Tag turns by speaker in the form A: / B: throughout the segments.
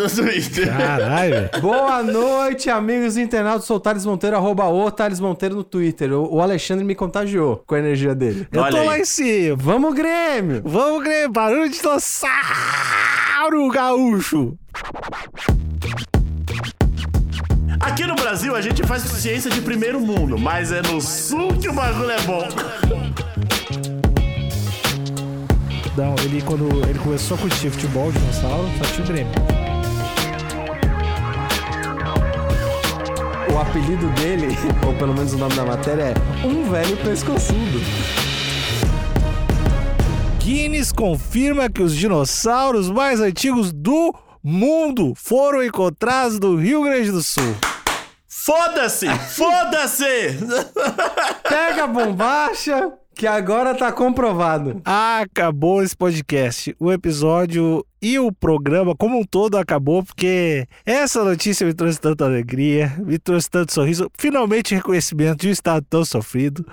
A: no Twitter.
B: Caralho, velho.
C: Boa noite, amigos internautas. Sou o Thales Monteiro, arroba o Thales Monteiro no Twitter. O o Alexandre me contagiou com a energia dele.
B: Eu
A: Olha
B: tô
A: aí.
B: lá em cima.
C: Vamos, Grêmio!
B: Vamos, Grêmio, barulho de dinossauro gaúcho.
A: Aqui no Brasil a gente faz ciência de primeiro mundo, mas é no sul que o bagulho é bom.
B: Não, Então, ele quando ele começou a curtir futebol, dinossauro, só tinha o Grêmio.
C: O apelido dele, ou pelo menos o nome da matéria, é Um Velho Pescoçudo.
B: Guinness confirma que os dinossauros mais antigos do mundo foram encontrados no Rio Grande do Sul.
A: Foda-se! Foda-se!
C: Pega a bombacha, que agora tá comprovado.
B: Acabou esse podcast. O episódio e o programa como um todo acabou porque essa notícia me trouxe tanta alegria, me trouxe tanto sorriso, finalmente reconhecimento de um estado tão sofrido.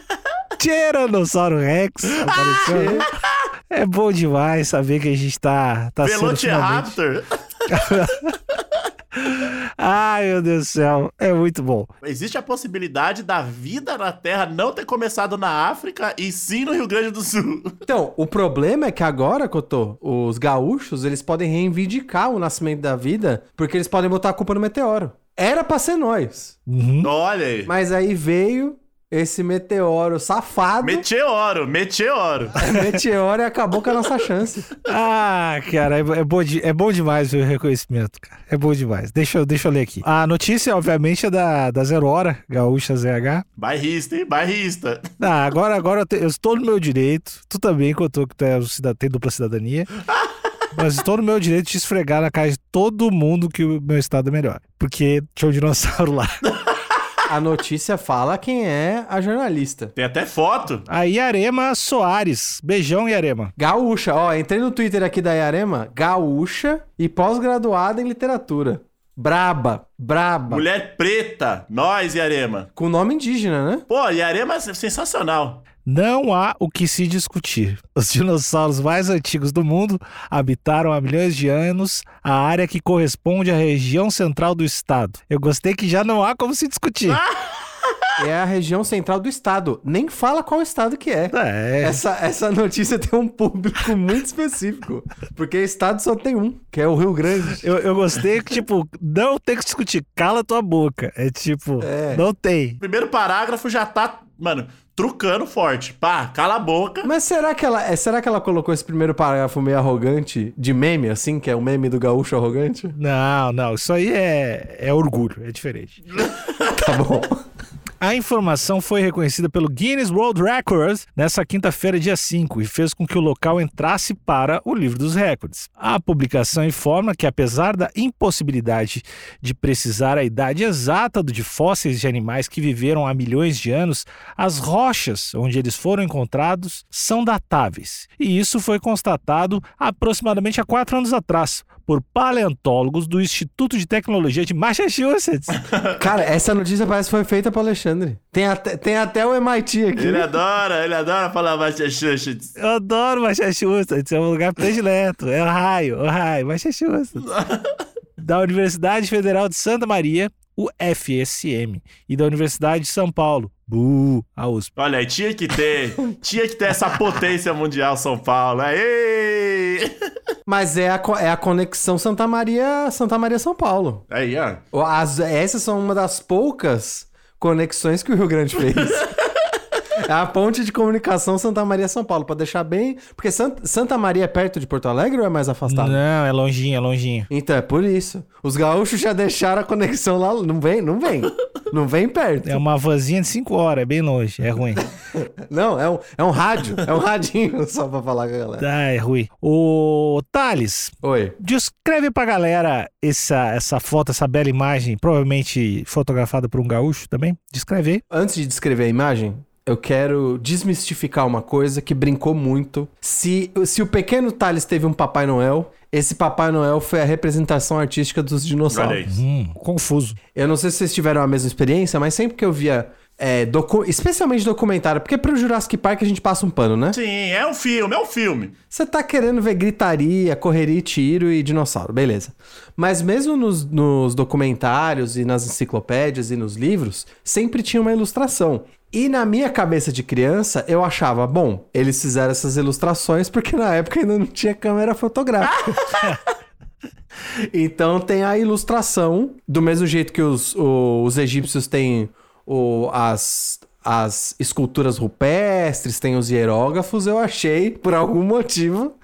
B: Tiranossauro Rex apareceu. É bom demais saber que a gente tá, tá sendo finalmente...
A: Velociraptor!
B: Ai, meu Deus do céu. É muito bom.
A: Existe a possibilidade da vida na Terra não ter começado na África e sim no Rio Grande do Sul.
C: Então, o problema é que agora, Cotô, os gaúchos, eles podem reivindicar o nascimento da vida, porque eles podem botar a culpa no meteoro. Era pra ser nós.
B: Uhum.
A: Olha aí.
C: Mas aí veio esse meteoro safado.
A: Meteoro, meteoro.
C: Meteoro e acabou com a nossa chance.
B: Ah, cara, é, bo- é bom de- é bom demais o reconhecimento, cara. É bom demais. Deixa, eu- deixa eu ler aqui. A notícia, obviamente, é da, da Zero Hora, Gaúcha ZH.
A: Bairrista, hein? Bairrista.
B: Ah, agora, agora eu, te- eu estou no meu direito. Tu também, que eu tô, que tu é, o cida- tem dupla cidadania. Mas estou no meu direito de esfregar na cara de todo mundo que o meu estado é melhor. Porque tinha um dinossauro lá.
C: A notícia fala quem é a jornalista.
A: Tem até foto.
B: A Yarema Soares. Beijão, Yarema.
C: Gaúcha, ó, entrei no Twitter aqui da Yarema, gaúcha e pós-graduada em literatura. Braba, braba.
A: Mulher preta, nós e Arema.
C: Com nome indígena, né?
A: Pô, e Arema é sensacional.
B: Não há o que se discutir. Os dinossauros mais antigos do mundo habitaram há milhões de anos a área que corresponde à região central do estado. Eu gostei que já não há como se discutir.
C: É a região central do estado. Nem fala qual estado que é.
B: É,
C: Essa, essa notícia tem um público muito específico. Porque estado só tem um, que é o Rio Grande.
B: eu, eu gostei que, tipo, não tem que discutir. Cala tua boca. É tipo,
C: É.
B: não tem.
A: Primeiro parágrafo já tá, mano, trucando forte. Pá, cala a boca.
C: Mas será que ela, é, será que ela colocou esse primeiro parágrafo meio arrogante de meme, assim, que é o meme do gaúcho arrogante?
B: Não, não. Isso aí é, é orgulho. É diferente.
C: Tá bom.
B: A informação foi reconhecida pelo Guinness World Records nesta quinta-feira, dia 5, e fez com que o local entrasse para o livro dos recordes. A publicação informa que, apesar da impossibilidade de precisar a idade exata do de fósseis de animais que viveram há milhões de anos, as rochas onde eles foram encontrados são datáveis. E isso foi constatado aproximadamente há quatro anos atrás por paleontólogos do Instituto de Tecnologia de Massachusetts.
C: Cara, essa notícia parece que foi feita pro Alexandre. Tem até, tem até o MIT aqui.
A: Ele é- adora, ele adora falar Massachusetts.
B: Eu adoro Massachusetts, é um lugar predileto. É Ohio, Ohio, Massachusetts. da Universidade Federal de Santa Maria, o FSM, e da Universidade de São Paulo, BU, a USP.
A: Olha, aí, tinha que ter, tinha que ter essa potência mundial São Paulo. Aí,
C: Mas é a, co- é a conexão Santa Maria, Santa Maria São Paulo.
A: aí, ó.
C: O- As, essas são uma das poucas conexões que o Rio Grande fez. É a ponte de comunicação Santa Maria-São Paulo, pra deixar bem... Porque Sant- Santa Maria é perto de Porto Alegre ou é mais afastado?
B: Não, é longinho, é longinho.
C: Então, é por isso. Os gaúchos já deixaram a conexão lá. Não vem, não vem. Não vem perto.
B: É uma vanzinha de 5 horas, é bem longe, é ruim.
C: Não, é um, é um rádio. É um radinho só pra falar com a galera.
B: Ah, é ruim. Ô, Thales,
C: Oi.
B: descreve pra galera essa, essa foto, essa bela imagem, provavelmente fotografada por um gaúcho também. Descreve aí.
C: Antes de descrever a imagem, eu quero desmistificar uma coisa que brincou muito. Se, se o pequeno Thales teve um Papai Noel, esse Papai Noel foi a representação artística dos
A: Olha
C: dinossauros.
A: isso.
B: Hum, confuso.
C: Eu não sei se vocês tiveram a mesma experiência, mas sempre que eu via. é, docu- especialmente documentário, porque pro Jurassic Park a gente passa um pano, né?
A: Sim, é um filme, é um filme.
C: Você tá querendo ver gritaria, correria, e tiro e dinossauro, beleza. Mas mesmo nos, nos documentários e nas enciclopédias e nos livros, sempre tinha uma ilustração. E na minha cabeça de criança, eu achava, bom, eles fizeram essas ilustrações porque na época ainda não tinha câmera fotográfica. Então tem a ilustração, do mesmo jeito que os, o- os egípcios têm o- as, as esculturas rupestres, tem os hierógrafos, eu achei, por algum motivo,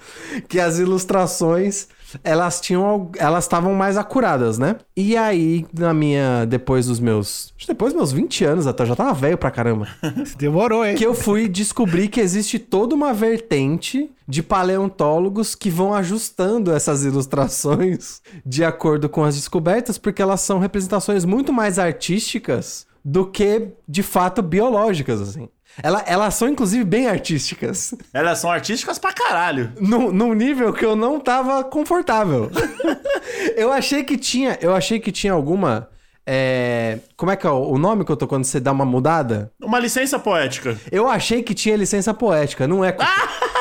C: que as ilustrações elas tinham al- elas estavam mais acuradas, né? E aí, na minha. Depois dos meus. acho que Depois dos meus 20 anos, até eu já tava velho pra caramba
B: Demorou, hein?
C: que eu fui descobrir que existe toda uma vertente de paleontólogos que vão ajustando essas ilustrações de acordo com as descobertas, porque elas são representações muito mais artísticas do que de fato biológicas, assim. Ela- elas são, inclusive, bem artísticas.
A: Elas são artísticas pra caralho.
C: Num, num nível que eu não tava confortável. eu achei que tinha. Eu achei que tinha alguma. é, como é que é o o nome que eu tô quando você dá uma mudada?
A: Uma licença poética.
C: Eu achei que tinha licença poética, não é.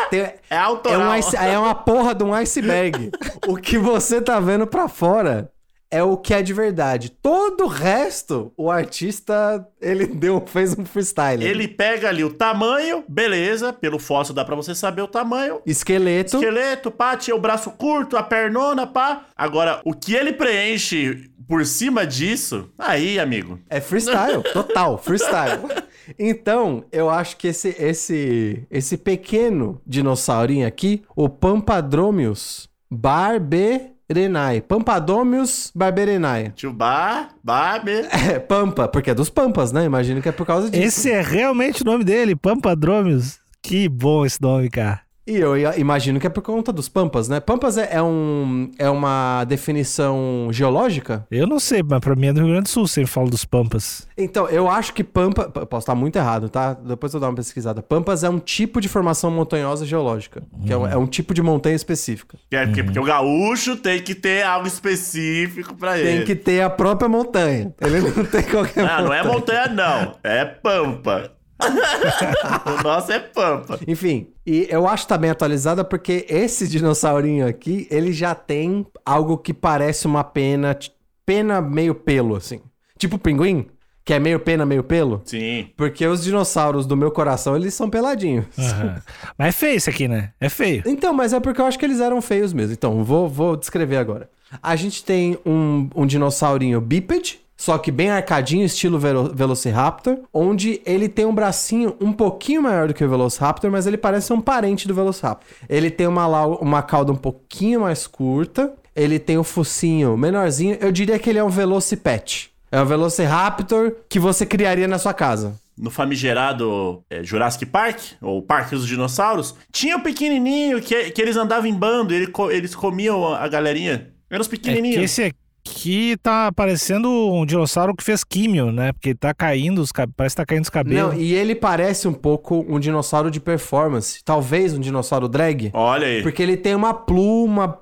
C: Tem-
A: É
C: é,
A: autoral.
C: um ice- é uma porra de um iceberg. o que você tá vendo pra fora é o que é de verdade. Todo o resto, o artista, ele deu, fez um freestyle.
A: Ele pega ali o tamanho, beleza, pelo fóssil dá pra você saber o tamanho.
C: Esqueleto.
A: Esqueleto, pá, tinha o braço curto, a pernona, pá. Agora, o que ele preenche por cima disso, aí, amigo.
C: É freestyle, total, freestyle. Então, eu acho que esse esse esse pequeno dinossaurinho aqui, o Pampadromius barberenai. Pampadromius barberenai.
A: Tio Bar, Barbe.
C: É, Pampa, porque é dos Pampas, né? Imagino que é por causa disso.
B: Esse é realmente o nome dele, Pampadromius. Que bom esse nome, cara.
C: E eu ia- imagino que é por conta dos Pampas, né? Pampas é, é um, é uma definição geológica?
B: Eu não sei, mas pra mim é do Rio Grande do Sul, sempre falo dos Pampas.
C: Então, eu acho que Pampa. p- Posso estar muito errado, tá? Depois eu dou uma pesquisada. Pampas é um tipo de formação montanhosa geológica, que é um, é um tipo de montanha específica.
A: É, porque, porque o gaúcho tem que ter algo específico pra
C: Tem
A: ele.
C: que ter a própria montanha. Ele não tem qualquer.
A: Ah, não é montanha, não. É pampa. o nosso é pampa.
C: Enfim, e eu acho que tá bem atualizada porque esse dinossaurinho aqui, ele já tem algo que parece uma pena, t- pena meio pelo, assim. Tipo o pinguim, que é meio pena, meio pelo.
A: Sim.
C: Porque os dinossauros do meu coração, eles são peladinhos.
B: Aham. mas é feio isso aqui, né? É feio.
C: Então, mas é porque eu acho que eles eram feios mesmo. Então, vou, vou descrever agora. A gente tem um, um dinossaurinho bípede, só que bem arcadinho, estilo velo- Velociraptor, onde ele tem um bracinho um pouquinho maior do que o Velociraptor, mas ele parece um parente do Velociraptor. Ele tem uma, lau- uma cauda um pouquinho mais curta, ele tem o focinho menorzinho. Eu diria que ele é um Velocipet. É um Velociraptor que você criaria na sua casa.
A: No famigerado é, Jurassic Park, ou Parque dos Dinossauros, tinha o pequenininho que, que eles andavam em bando, ele co- eles comiam a a galerinha. Eram os
B: É que
A: pequenininhos.
B: esse aqui tá parecendo um dinossauro que fez químio, né? Porque tá caindo, os cab- parece que tá caindo os cabelos.
C: Não, e ele parece um pouco um dinossauro de performance. Talvez um dinossauro drag.
A: Olha aí.
C: Porque ele tem uma pluma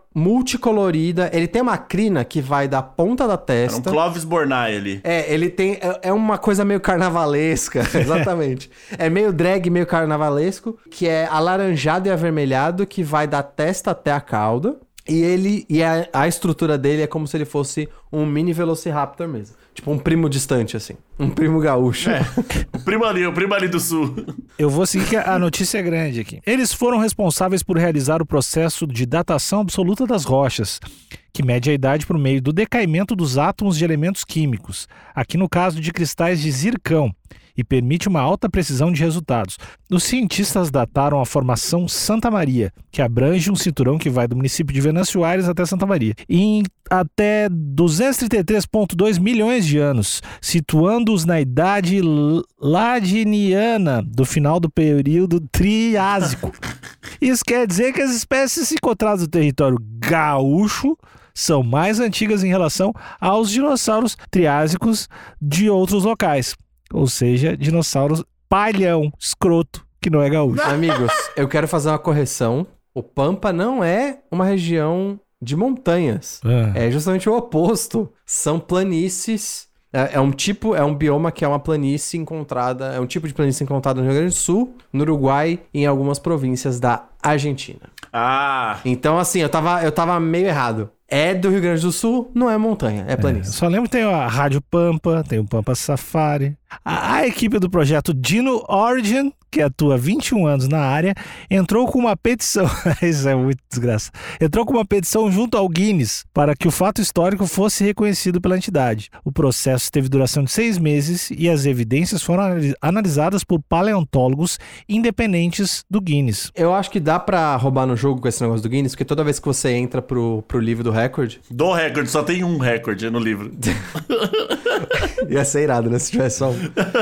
C: multicolorida, ele tem uma crina que vai da ponta da
A: Era um
C: testa.
A: Clóvis Bornai ali.
C: É, ele tem. é- É uma coisa meio carnavalesca, exatamente. é meio drag, meio carnavalesco, que é alaranjado e avermelhado, que vai da testa até a cauda. E ele. E a, a estrutura dele é como se ele fosse um mini Velociraptor mesmo. Tipo um primo distante, assim. Um primo gaúcho.
A: É. O primo ali, o primo ali do sul.
B: Eu vou seguir que a notícia é grande aqui. Eles foram responsáveis por realizar o processo de datação absoluta das rochas, que mede a idade por meio do decaimento dos átomos de elementos químicos, aqui no caso de cristais de zircão, e permite uma alta precisão de resultados. Os cientistas dataram a formação Santa Maria, que abrange um cinturão que vai do município de Venâncio Aires até Santa Maria, em até 233,2 milhões de anos, situando-os na idade l- ladiniana do final do período Triásico. Isso quer dizer que as espécies encontradas no território gaúcho são mais antigas em relação aos dinossauros triásicos de outros locais. Ou seja, dinossauros palhão, escroto, que não é gaúcho.
C: Amigos, eu quero fazer uma correção. O Pampa não é uma região de montanhas.
B: Ah,
C: É justamente o oposto. São planícies. É, é um tipo, é um bioma que é uma planície encontrada, é um tipo de planície encontrada no Rio Grande do Sul, no Uruguai e em algumas províncias da Argentina.
A: Ah,
C: Então, assim, eu tava, eu tava meio errado. É do Rio Grande do Sul, não é montanha, é
B: eu
C: planície.
B: Só lembro que tem a Rádio Pampa, tem o Pampa Safari. A, a equipe do projeto Dino Origin, que atua há 21 anos na área, entrou com uma petição. Isso é muito desgraça. Entrou com uma petição junto ao Guinness para que o fato histórico fosse reconhecido pela entidade. O processo teve duração de seis meses e as evidências foram analis- analisadas por paleontólogos independentes do Guinness.
C: Eu acho que dá pra roubar no jogo com esse negócio do Guinness, porque toda vez que você entra pro, pro livro do recorde,
A: do recorde, só tem um recorde no livro.
C: Ia ser irado, né? Se tivesse só um.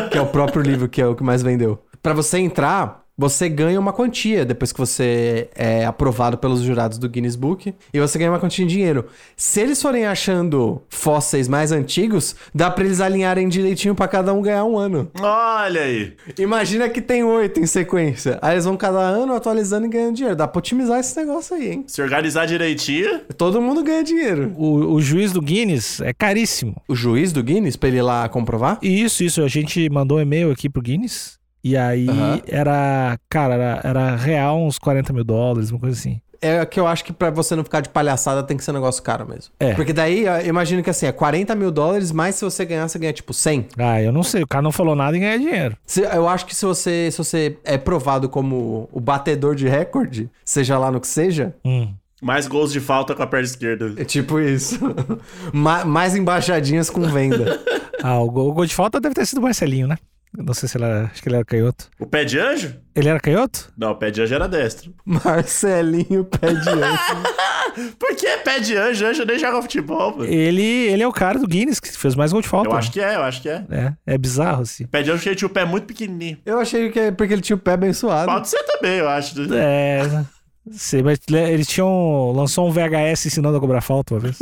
C: Que é o próprio livro que é o que mais vendeu. Pra você entrar, você ganha uma quantia depois que você é aprovado pelos jurados do Guinness Book. E você ganha uma quantia em dinheiro. Se eles forem achando fósseis mais antigos, dá pra eles alinharem direitinho pra cada um ganhar um ano.
A: Olha aí.
C: Imagina que tem oito em sequência. Aí eles vão cada ano atualizando e ganhando dinheiro. Dá pra otimizar esse negócio aí, hein?
A: Se organizar direitinho,
C: Todo mundo ganha dinheiro.
B: O, o juiz do Guinness é caríssimo.
C: O juiz do Guinness, pra ele ir lá comprovar?
B: Isso, isso. A gente mandou um e-mail aqui pro Guinness. E aí
C: Aham.
B: era, cara, era, era real uns 40 mil dólares, uma coisa assim.
C: É que eu acho que pra você não ficar de palhaçada tem que ser um negócio caro mesmo.
B: É.
C: Porque daí, eu imagino que assim, é 40 mil dólares, mas se você ganhar, você ganha tipo 100.
B: Ah, eu não sei. O cara não falou nada em ganhar dinheiro.
C: Se- eu acho que se você, se você é provado como o batedor de recorde, seja lá no que seja,
B: Hum.
A: mais gols de falta com a perna esquerda.
C: é tipo isso. Ma- mais embaixadinhas com venda.
B: Ah, o gol, o gol de falta deve ter sido o Marcelinho, né? Eu Não sei se ele era, acho que ele era canhoto.
A: O pé de anjo?
B: Ele era canhoto?
A: Não, o pé de anjo era destro.
C: Marcelinho pé de anjo.
A: Por que pé de anjo? Anjo nem joga futebol, mano.
B: Ele, ele é o cara do Guinness que fez mais gol de falta.
A: Eu acho que é, eu acho que é.
B: É, é bizarro, assim.
A: Pé de anjo que ele tinha o pé muito pequenininho.
C: Eu achei que é porque ele tinha o pé abençoado.
A: Pode ser também, eu acho.
B: É. Sei, mas né, eles tinham. lançou um VHS ensinando a cobrar falta uma vez.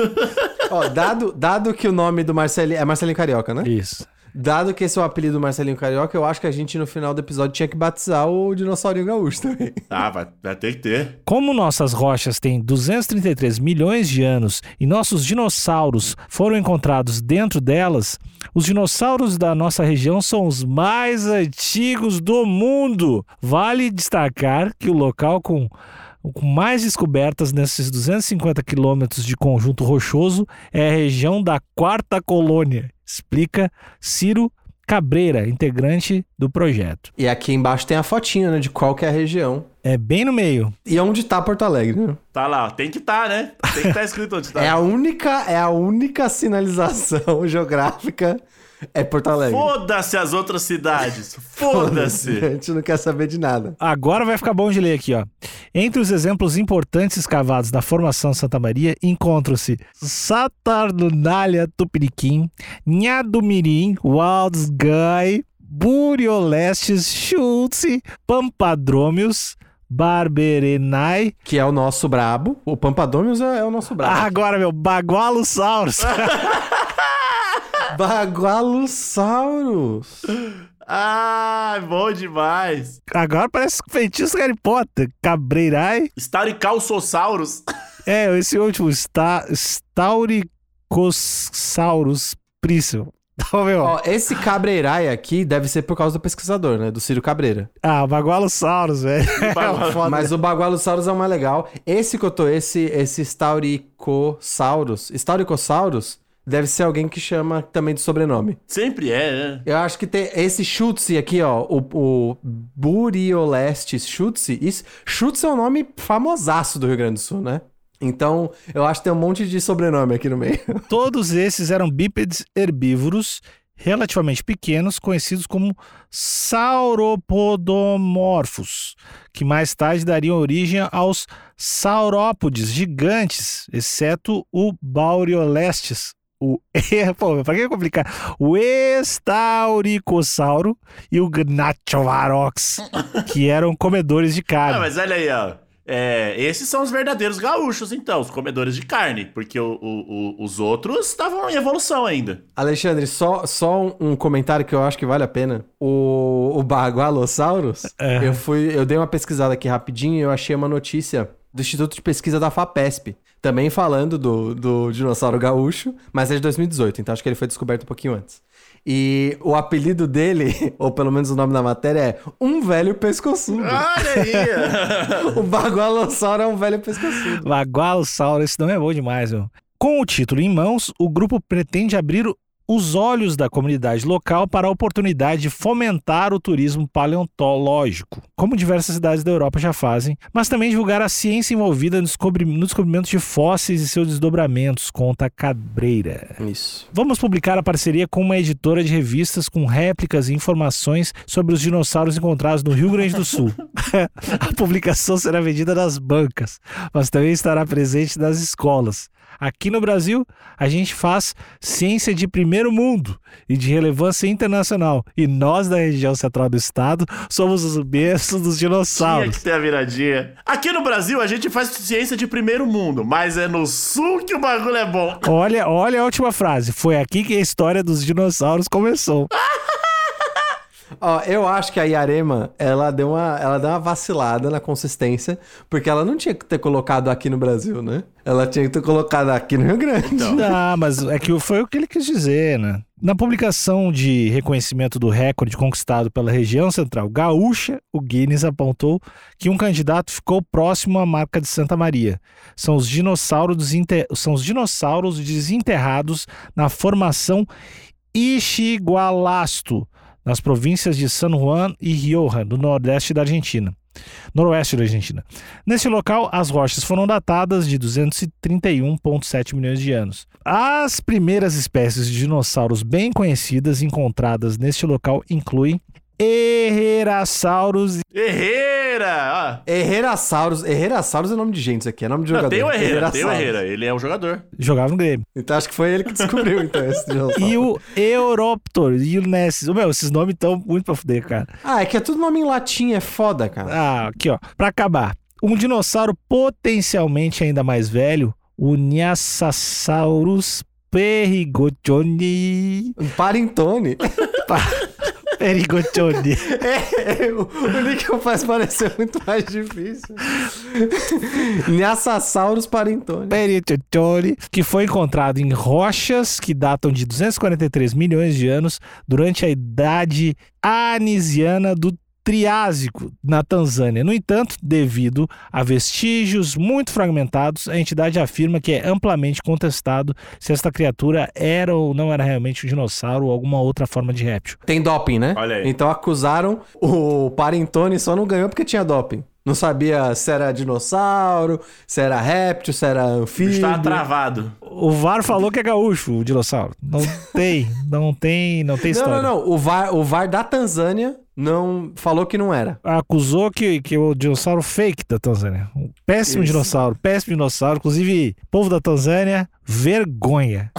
C: Ó, dado, dado que o nome do Marcelinho. É Marcelinho Carioca, né?
B: Isso.
C: Dado que esse é o apelido do Marcelinho Carioca, eu acho que a gente no final do episódio tinha que batizar o dinossaurinho gaúcho também.
A: Ah, vai, vai ter que ter.
B: Como nossas rochas têm 233 milhões de anos e nossos dinossauros foram encontrados dentro delas, os dinossauros da nossa região são os mais antigos do mundo. Vale destacar que o local com, com mais descobertas nesses 250 quilômetros de conjunto rochoso é a região da Quarta Colônia, explica Ciro Cabreira, integrante do projeto.
C: E aqui embaixo tem a fotinha, né, de qual que é a região.
B: É bem no meio.
C: E onde tá Porto Alegre, né?
A: Tá lá, ó. tem que tá, né? Tem que tá escrito onde tá.
C: É a única, é a única sinalização geográfica é Porto Alegre.
A: Foda-se as outras cidades. Foda-se.
C: A gente não quer saber de nada.
B: Agora vai ficar bom de ler aqui, ó. Entre os exemplos importantes escavados da formação Santa Maria encontram-se Saturnalia tupiniquim, Nhadumirim, Waldesgai, Buriolestes, Schultz, Pampadrômios, Barberenai. Ah,
C: Que é o nosso brabo. O Pampadômios é é o nosso brabo.
B: Agora, meu, Bagualossauros.
C: Bagualossauros.
A: Ah, bom demais.
B: Agora parece feitiço Harry Potter. Cabreirai.
A: Stauricalçossauros.
B: É, esse último, está, Stauricosaurus Prício. Então, meu,
C: Ó, esse Cabreirai aqui deve ser por causa do pesquisador, né? Do Ciro Cabreira.
B: Ah, Bagualossauros, velho.
A: Bagual-
B: foda.
C: Mas o Bagualossauros é o mais legal. Esse que eu tô, esse, esse Stauricosaurus. Stauricosaurus deve ser alguém que chama também de sobrenome.
A: Sempre é, né?
C: Eu acho que tem esse Schutze aqui, ó. O, o Buriolestes Schutze. Isso, Schutze é um nome famosaço do Rio Grande do Sul, né? Então, eu acho que tem um monte de sobrenome aqui no meio.
B: Todos esses eram bípedes herbívoros relativamente pequenos, conhecidos como sauropodomorfos, que mais tarde dariam origem aos saurópodes gigantes, exceto o Bauriolestes. O, pô, pra que complicar? O Estauricossauro e o Gnachovarox, que eram comedores de
A: Ah,
B: carne.
A: mas olha aí, ó. É, esses são os verdadeiros gaúchos, então, os comedores de carne, porque o- o- o- os outros estavam em evolução ainda.
C: Alexandre, só, só um- um comentário que eu acho que vale a pena. O, o Bagualossauros, eu fui, eu dei uma pesquisada aqui rapidinho e eu achei uma notícia do Instituto de Pesquisa da FAPESP, também falando do, do dinossauro gaúcho, mas é de 2018, então acho que ele foi descoberto um pouquinho antes. E o apelido dele, ou pelo menos o nome da matéria, é Um Velho Pescoçudo.
A: Olha aí!
C: O Bagualossauro é um velho pescoçudo.
B: Bagualossauro, esse nome é bom demais, meu. Com o título em mãos, o grupo pretende abrir o- os olhos da comunidade local para a oportunidade de fomentar o turismo paleontológico, como diversas cidades da Europa já fazem, mas também divulgar a ciência envolvida no descobri- no descobrimento de fósseis e seus desdobramentos, conta Cabreira.
C: Isso.
B: Vamos publicar a parceria com uma editora de revistas com réplicas e informações sobre os dinossauros encontrados no Rio Grande do Sul. a publicação será vendida nas bancas, mas também estará presente nas escolas. Aqui no Brasil, a gente faz ciência de primeiro mundo e de relevância internacional. E nós, da região central do estado, somos os berços dos
A: Tinha
B: dinossauros.
A: que ter a viradinha. Aqui no Brasil, a gente faz ciência de primeiro mundo, mas é no sul que o bagulho é bom.
B: Olha, olha a última frase. Foi aqui que a história dos dinossauros começou.
C: Ó, eu acho que a Yarema, ela deu, uma, ela deu uma vacilada na consistência, porque ela não tinha que ter colocado aqui no Brasil, né? Ela tinha que ter colocado aqui no Rio Grande.
A: Então.
B: Não, mas é que foi o que ele quis dizer, né? Na publicação de reconhecimento do recorde conquistado pela região central gaúcha, o Guinness apontou que um candidato ficou próximo à marca de Santa Maria. São os dinossauros, desinte- São os dinossauros desenterrados na formação Ixigualasto, nas províncias de San Juan e Rioja, do nordeste da Argentina. Noroeste da Argentina. Neste local, as rochas foram datadas de 231,7 milhões de anos. As primeiras espécies de dinossauros bem conhecidas encontradas neste local incluem Herrerasaurus.
A: Herreira! ó.
C: Herrerasaurus. Herrerasaurus é nome de gente isso aqui, é nome de
A: Não,
C: jogador.
A: tem o Herreira, tem o
C: Herrerasaurus.
A: Herreira. Ele é um jogador.
B: Jogava no Grêmio.
C: Então acho que foi ele que descobriu, então, esse dinossauro.
B: E o Europtor e o Nessis. Meu, esses nomes estão muito pra fuder, cara.
C: Ah, é que é tudo nome em latim, é foda, cara.
B: Ah, aqui, ó. Pra acabar, um dinossauro potencialmente ainda mais velho, o Nyasasaurus perigotoni.
C: Um Parintone.
B: Perigotoni.
C: É, o, o Nickel faz parecer muito mais difícil. Nyassasaurus Parintone.
B: Peritotori, que foi encontrado em rochas que datam de 243 milhões de anos durante a idade anisiana do Triásico, na Tanzânia. No entanto, devido a vestígios muito fragmentados, a entidade afirma que é amplamente contestado se esta criatura era ou não era realmente um dinossauro ou alguma outra forma de réptil.
C: Tem doping, né?
A: Olha aí.
C: Então acusaram o Parentone só não ganhou porque tinha doping. Não sabia se era dinossauro, se era réptil, se era
A: Ele
C: anfíbio.
A: Estava travado.
B: O VAR falou que é gaúcho, o dinossauro. Não tem, não tem, não tem
C: Não,
B: história.
C: não, não. O VAR, o VAR da Tanzânia não falou que não era.
B: acusou que, que o dinossauro fake da Tanzânia. Um péssimo
C: Isso.
B: dinossauro, péssimo dinossauro. Inclusive, povo da Tanzânia, vergonha.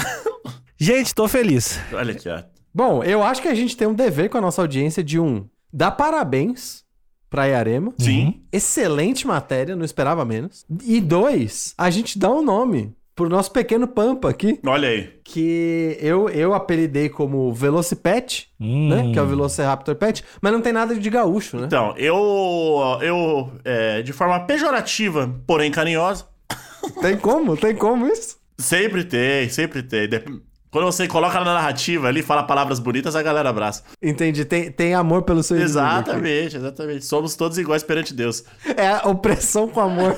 B: Gente, tô feliz.
A: Olha aqui, ó.
C: Bom, eu acho que a gente tem um dever com a nossa audiência de um dar parabéns pra Yarema.
A: Sim.
C: Excelente matéria, não esperava menos. E dois, a gente dá um nome pro nosso pequeno Pampa aqui,
A: Olha aí.
C: que eu, eu apelidei como Velocipet.
B: Hum.
C: né? Que é o Velociraptor Pet, mas não tem nada de gaúcho, né?
A: Então, eu. Eu. é, de forma pejorativa, porém carinhosa.
C: Tem como? Tem como isso?
A: Sempre tem, sempre tem. Dep- Quando você coloca na narrativa ali, fala palavras bonitas, a galera abraça.
C: Entendi, tem, tem amor pelo seu inimigo aqui.
A: Exatamente, exatamente. Somos todos iguais perante Deus.
C: É a opressão com amor.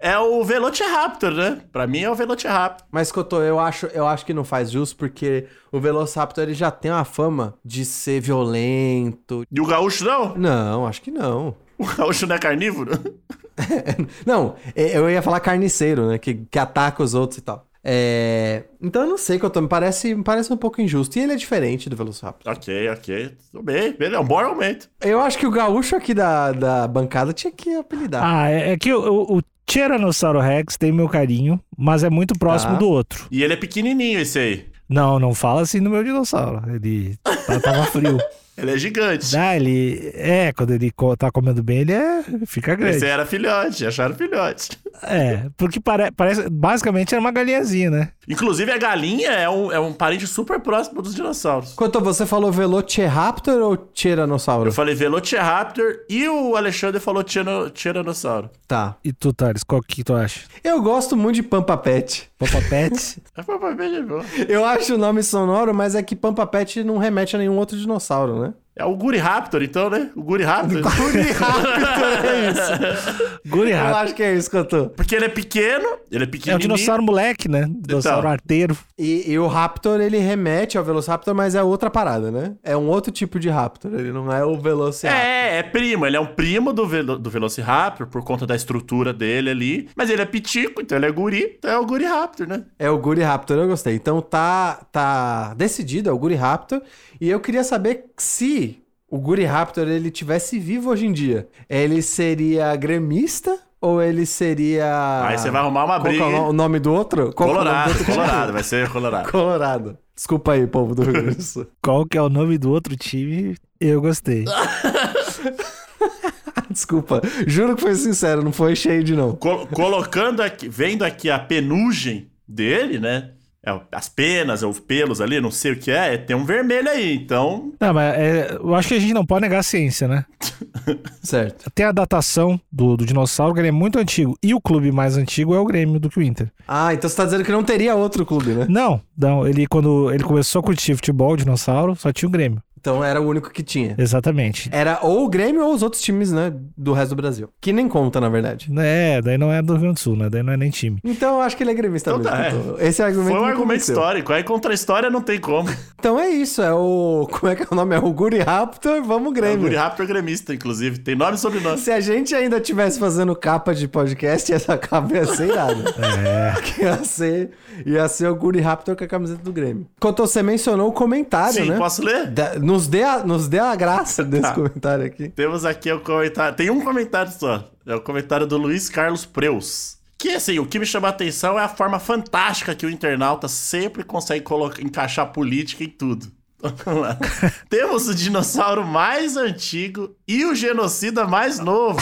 A: É o Velociraptor, né? Pra mim é o Velociraptor.
C: Mas, Cotô, eu acho, eu acho que não faz jus, porque o Velociraptor ele já tem uma fama de ser violento.
A: E o gaúcho não?
C: Não, acho que não.
A: O gaúcho não é carnívoro?
C: não, eu ia falar carniceiro, né? Que, que ataca os outros e tal. É, Então eu não sei quanto, me parece, me parece um pouco injusto. E ele é diferente do Velociraptor.
A: Ok, ok. Tudo bem. Beleza, é um bom argumento.
C: Eu acho que o gaúcho aqui da, da bancada tinha que apelidar.
B: Ah, é, é que o, o, o Tiranossauro Rex tem meu carinho, mas é muito próximo
C: Tá.
B: do outro.
A: E ele é pequenininho esse aí.
B: Não, não fala assim do meu dinossauro. Ele tá- tava frio.
A: Ele é gigante.
B: Ah, ele. É, quando ele co- tá comendo bem, ele é, fica grande.
A: Esse era filhote, acharam filhote.
B: É, porque pare- parece. Basicamente era uma galinhazinha, né?
A: Inclusive, a galinha é um, é um parente super próximo dos dinossauros.
C: Quanto a você falou Velociraptor ou Tiranossauro?
A: Eu falei Velociraptor e o Alexandre falou Tino- Tiranossauro.
C: Tá.
B: E tu, Thales, qual que tu acha?
C: Eu gosto muito de Pampa Pet.
B: Papa Pet?
A: É papai bem de boa.
C: Eu acho o nome sonoro, mas é que Pampa Pet não remete a nenhum outro dinossauro, né?
A: É o Guri Raptor, então, né? O Guri Raptor.
C: Velociraptor é isso.
B: Guri
C: Eu
B: rato.
C: acho que é isso que eu tô.
A: Porque ele é pequeno, ele
B: É
A: é
B: um
A: pequenininho.
B: dinossauro moleque, né? Dinossauro
A: Então.
B: arteiro.
C: E, e o Raptor, ele remete ao Velociraptor, mas é outra parada, né? É um outro tipo de Raptor, ele não é o Velociraptor.
A: É, é primo. Ele é um primo do, velo, do Velociraptor, por conta da estrutura dele ali. Mas ele é pitico, então ele é guri. Então é o Guri Raptor, né?
C: É, o Guri Raptor, eu gostei. Então tá, tá decidido, é o Guri Raptor. E eu queria saber se o Guri Raptor, ele tivesse vivo hoje em dia, ele seria gremista ou ele seria...
A: Aí você vai arrumar uma
C: Qual que é
A: briga.
C: o no- o
A: hein?
C: nome do outro? Qual que é o nome do
A: Colorado,
C: outro?
A: colorado. Vai ser colorado.
C: Colorado. Desculpa aí, povo do Rio Grande do Sul.
B: Qual que é o nome do outro time? Eu gostei.
C: Desculpa. Juro que foi sincero, não foi shade, não.
A: Col- colocando aqui, vendo aqui a penugem dele, né? É, as penas, é, os pelos ali, não sei o que é, é, tem um vermelho aí, então.
B: Não, mas é, eu acho que a gente não pode negar a ciência, né?
C: Certo.
B: Tem a datação do, do dinossauro, que ele é muito antigo. E o clube mais antigo é o Grêmio do que o Inter.
C: Ah, então você tá dizendo que não teria outro clube, né?
B: Não, não. Ele, quando ele começou a curtir futebol, o dinossauro, só tinha o Grêmio.
C: Então era o único que tinha.
B: Exatamente.
C: Era ou o Grêmio ou os outros times, né? Do resto do Brasil. Que nem conta, na verdade.
B: É, daí não é do Rio Grande do Sul, né? Daí não é nem time.
C: Então eu acho que ele é gremista
A: Então
C: mesmo.
A: tá, é.
C: Então, Esse argumento
A: Foi um
C: me
A: argumento
C: convenceu.
A: histórico. Aí contra a história não tem como.
C: Então é isso, é o... Como é que é o nome? É o Guri Raptor,
A: É
C: vamos
A: o
C: Grêmio.
A: Guri Raptor gremista, inclusive. Tem nome e sobrenome.
C: Se a gente ainda tivesse fazendo capa de podcast, essa capa ia ser irada.
B: É.
C: Que ia ser, ia ser o Guri Raptor com a camiseta do Grêmio. Quanto você mencionou o comentário,
A: Sim,
C: né?
A: posso ler?
C: Da- nos, dê a, nos dê a graça desse
A: Tá.
C: comentário aqui.
A: Temos aqui o comentário. Tem um comentário só. É o comentário do Luiz Carlos Preus. Que assim, o que me chama a atenção é a forma fantástica que o internauta sempre consegue colocar, encaixar política em tudo. Vamos lá. Temos o dinossauro mais antigo e o genocida mais novo.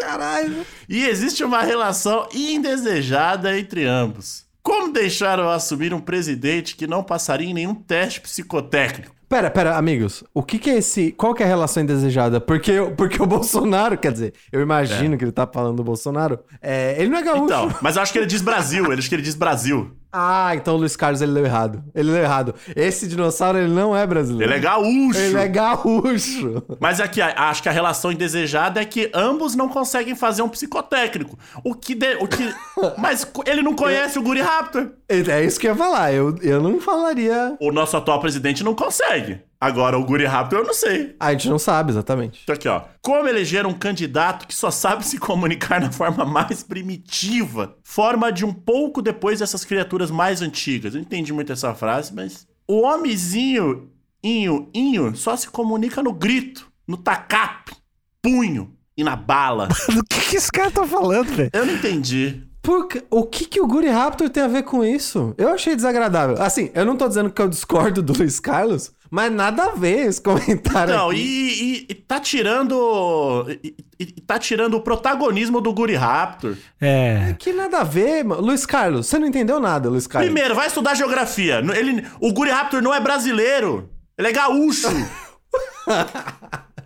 C: Caralho.
A: E existe uma relação indesejada entre ambos. Como deixaram assumir um presidente que não passaria em nenhum teste psicotécnico?
C: Pera, pera, amigos. O que que é esse... Qual que é a relação indesejada? Porque, eu- porque o Bolsonaro, quer dizer, eu imagino que ele tá falando do Bolsonaro. É, ele não é gaúcho.
A: É. Então, mas eu acho que ele diz Brasil. Ele acho que ele diz Brasil.
C: Ah, então o Luiz Carlos, ele leu errado. Ele leu errado. Esse dinossauro, ele não é brasileiro.
A: Ele é gaúcho.
C: Ele é gaúcho.
A: Mas aqui, a- acho que a relação indesejada é que ambos não conseguem fazer um psicotécnico. O que. de- o que mas co- ele não conhece o Guri Raptor.
C: Ele- É isso que eu ia falar. Eu, eu não falaria...
A: O nosso atual presidente não consegue. Agora, o Guri Raptor, eu não sei.
C: A gente não sabe exatamente.
A: Então aqui, ó. Como eleger um candidato que só sabe se comunicar na forma mais primitiva? Forma de um pouco depois dessas criaturas mais antigas. Eu não entendi muito essa frase, mas. O homenzinho, inho, inho, só se comunica no grito, no tacape, punho e na bala.
B: Do que, que esse cara tá falando, velho?
A: Eu não entendi.
C: Por que- o que, que o Guri Raptor tem a ver com isso? Eu achei desagradável. Assim, eu não tô dizendo que eu discordo do Luiz Carlos, mas nada a ver esse comentário.
A: Não, e,
C: aqui.
A: e- e tá tirando. E, e- e tá tirando o protagonismo do Guri Raptor.
B: É.
C: Que nada a ver, mano. Luiz Carlos, você não entendeu nada, Luiz Carlos.
A: Primeiro, vai estudar geografia. N- Ele, o Guri Raptor não é brasileiro. Ele é gaúcho.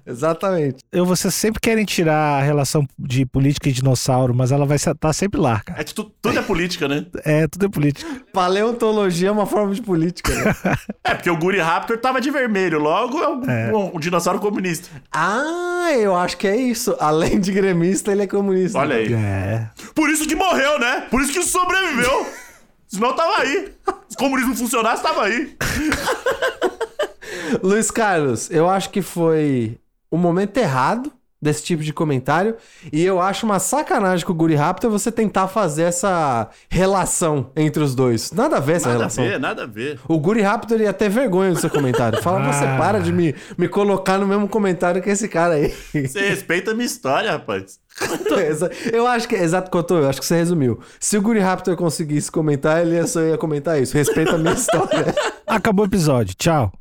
C: Exatamente.
B: Eu, vocês sempre querem tirar a relação de política e dinossauro, mas ela vai estar sempre lá, cara.
A: É que tu- tudo é política, né?
B: É, tudo é política.
C: Paleontologia é uma forma de política, né?
A: É, porque o Guri Raptor tava de vermelho. Logo, é um, um- um dinossauro comunista.
C: ah, eu acho que é isso. Além de gremista, ele é comunista.
A: Olha aí.
B: É.
A: Por isso que morreu, né? Por isso que sobreviveu. Senão tava aí. Se o comunismo funcionasse, tava aí.
C: Luiz Carlos, eu acho que foi o um momento errado desse tipo de comentário. E eu acho uma sacanagem com o Guri Raptor você tentar fazer essa relação entre os dois. Nada a ver essa
A: Nada a
C: relação.
A: ver, nada a ver.
C: O Guri Raptor ia ter vergonha do seu comentário. Fala, você
B: Ah.
C: para de me, me colocar no mesmo comentário que esse cara aí.
A: Você respeita a minha história, rapaz.
C: Exa- eu acho que, exato, Cotô, eu acho que você resumiu. Se o Guri Raptor conseguisse comentar, ele ia só ia comentar isso. Respeita a minha história.
B: Acabou o episódio. Tchau.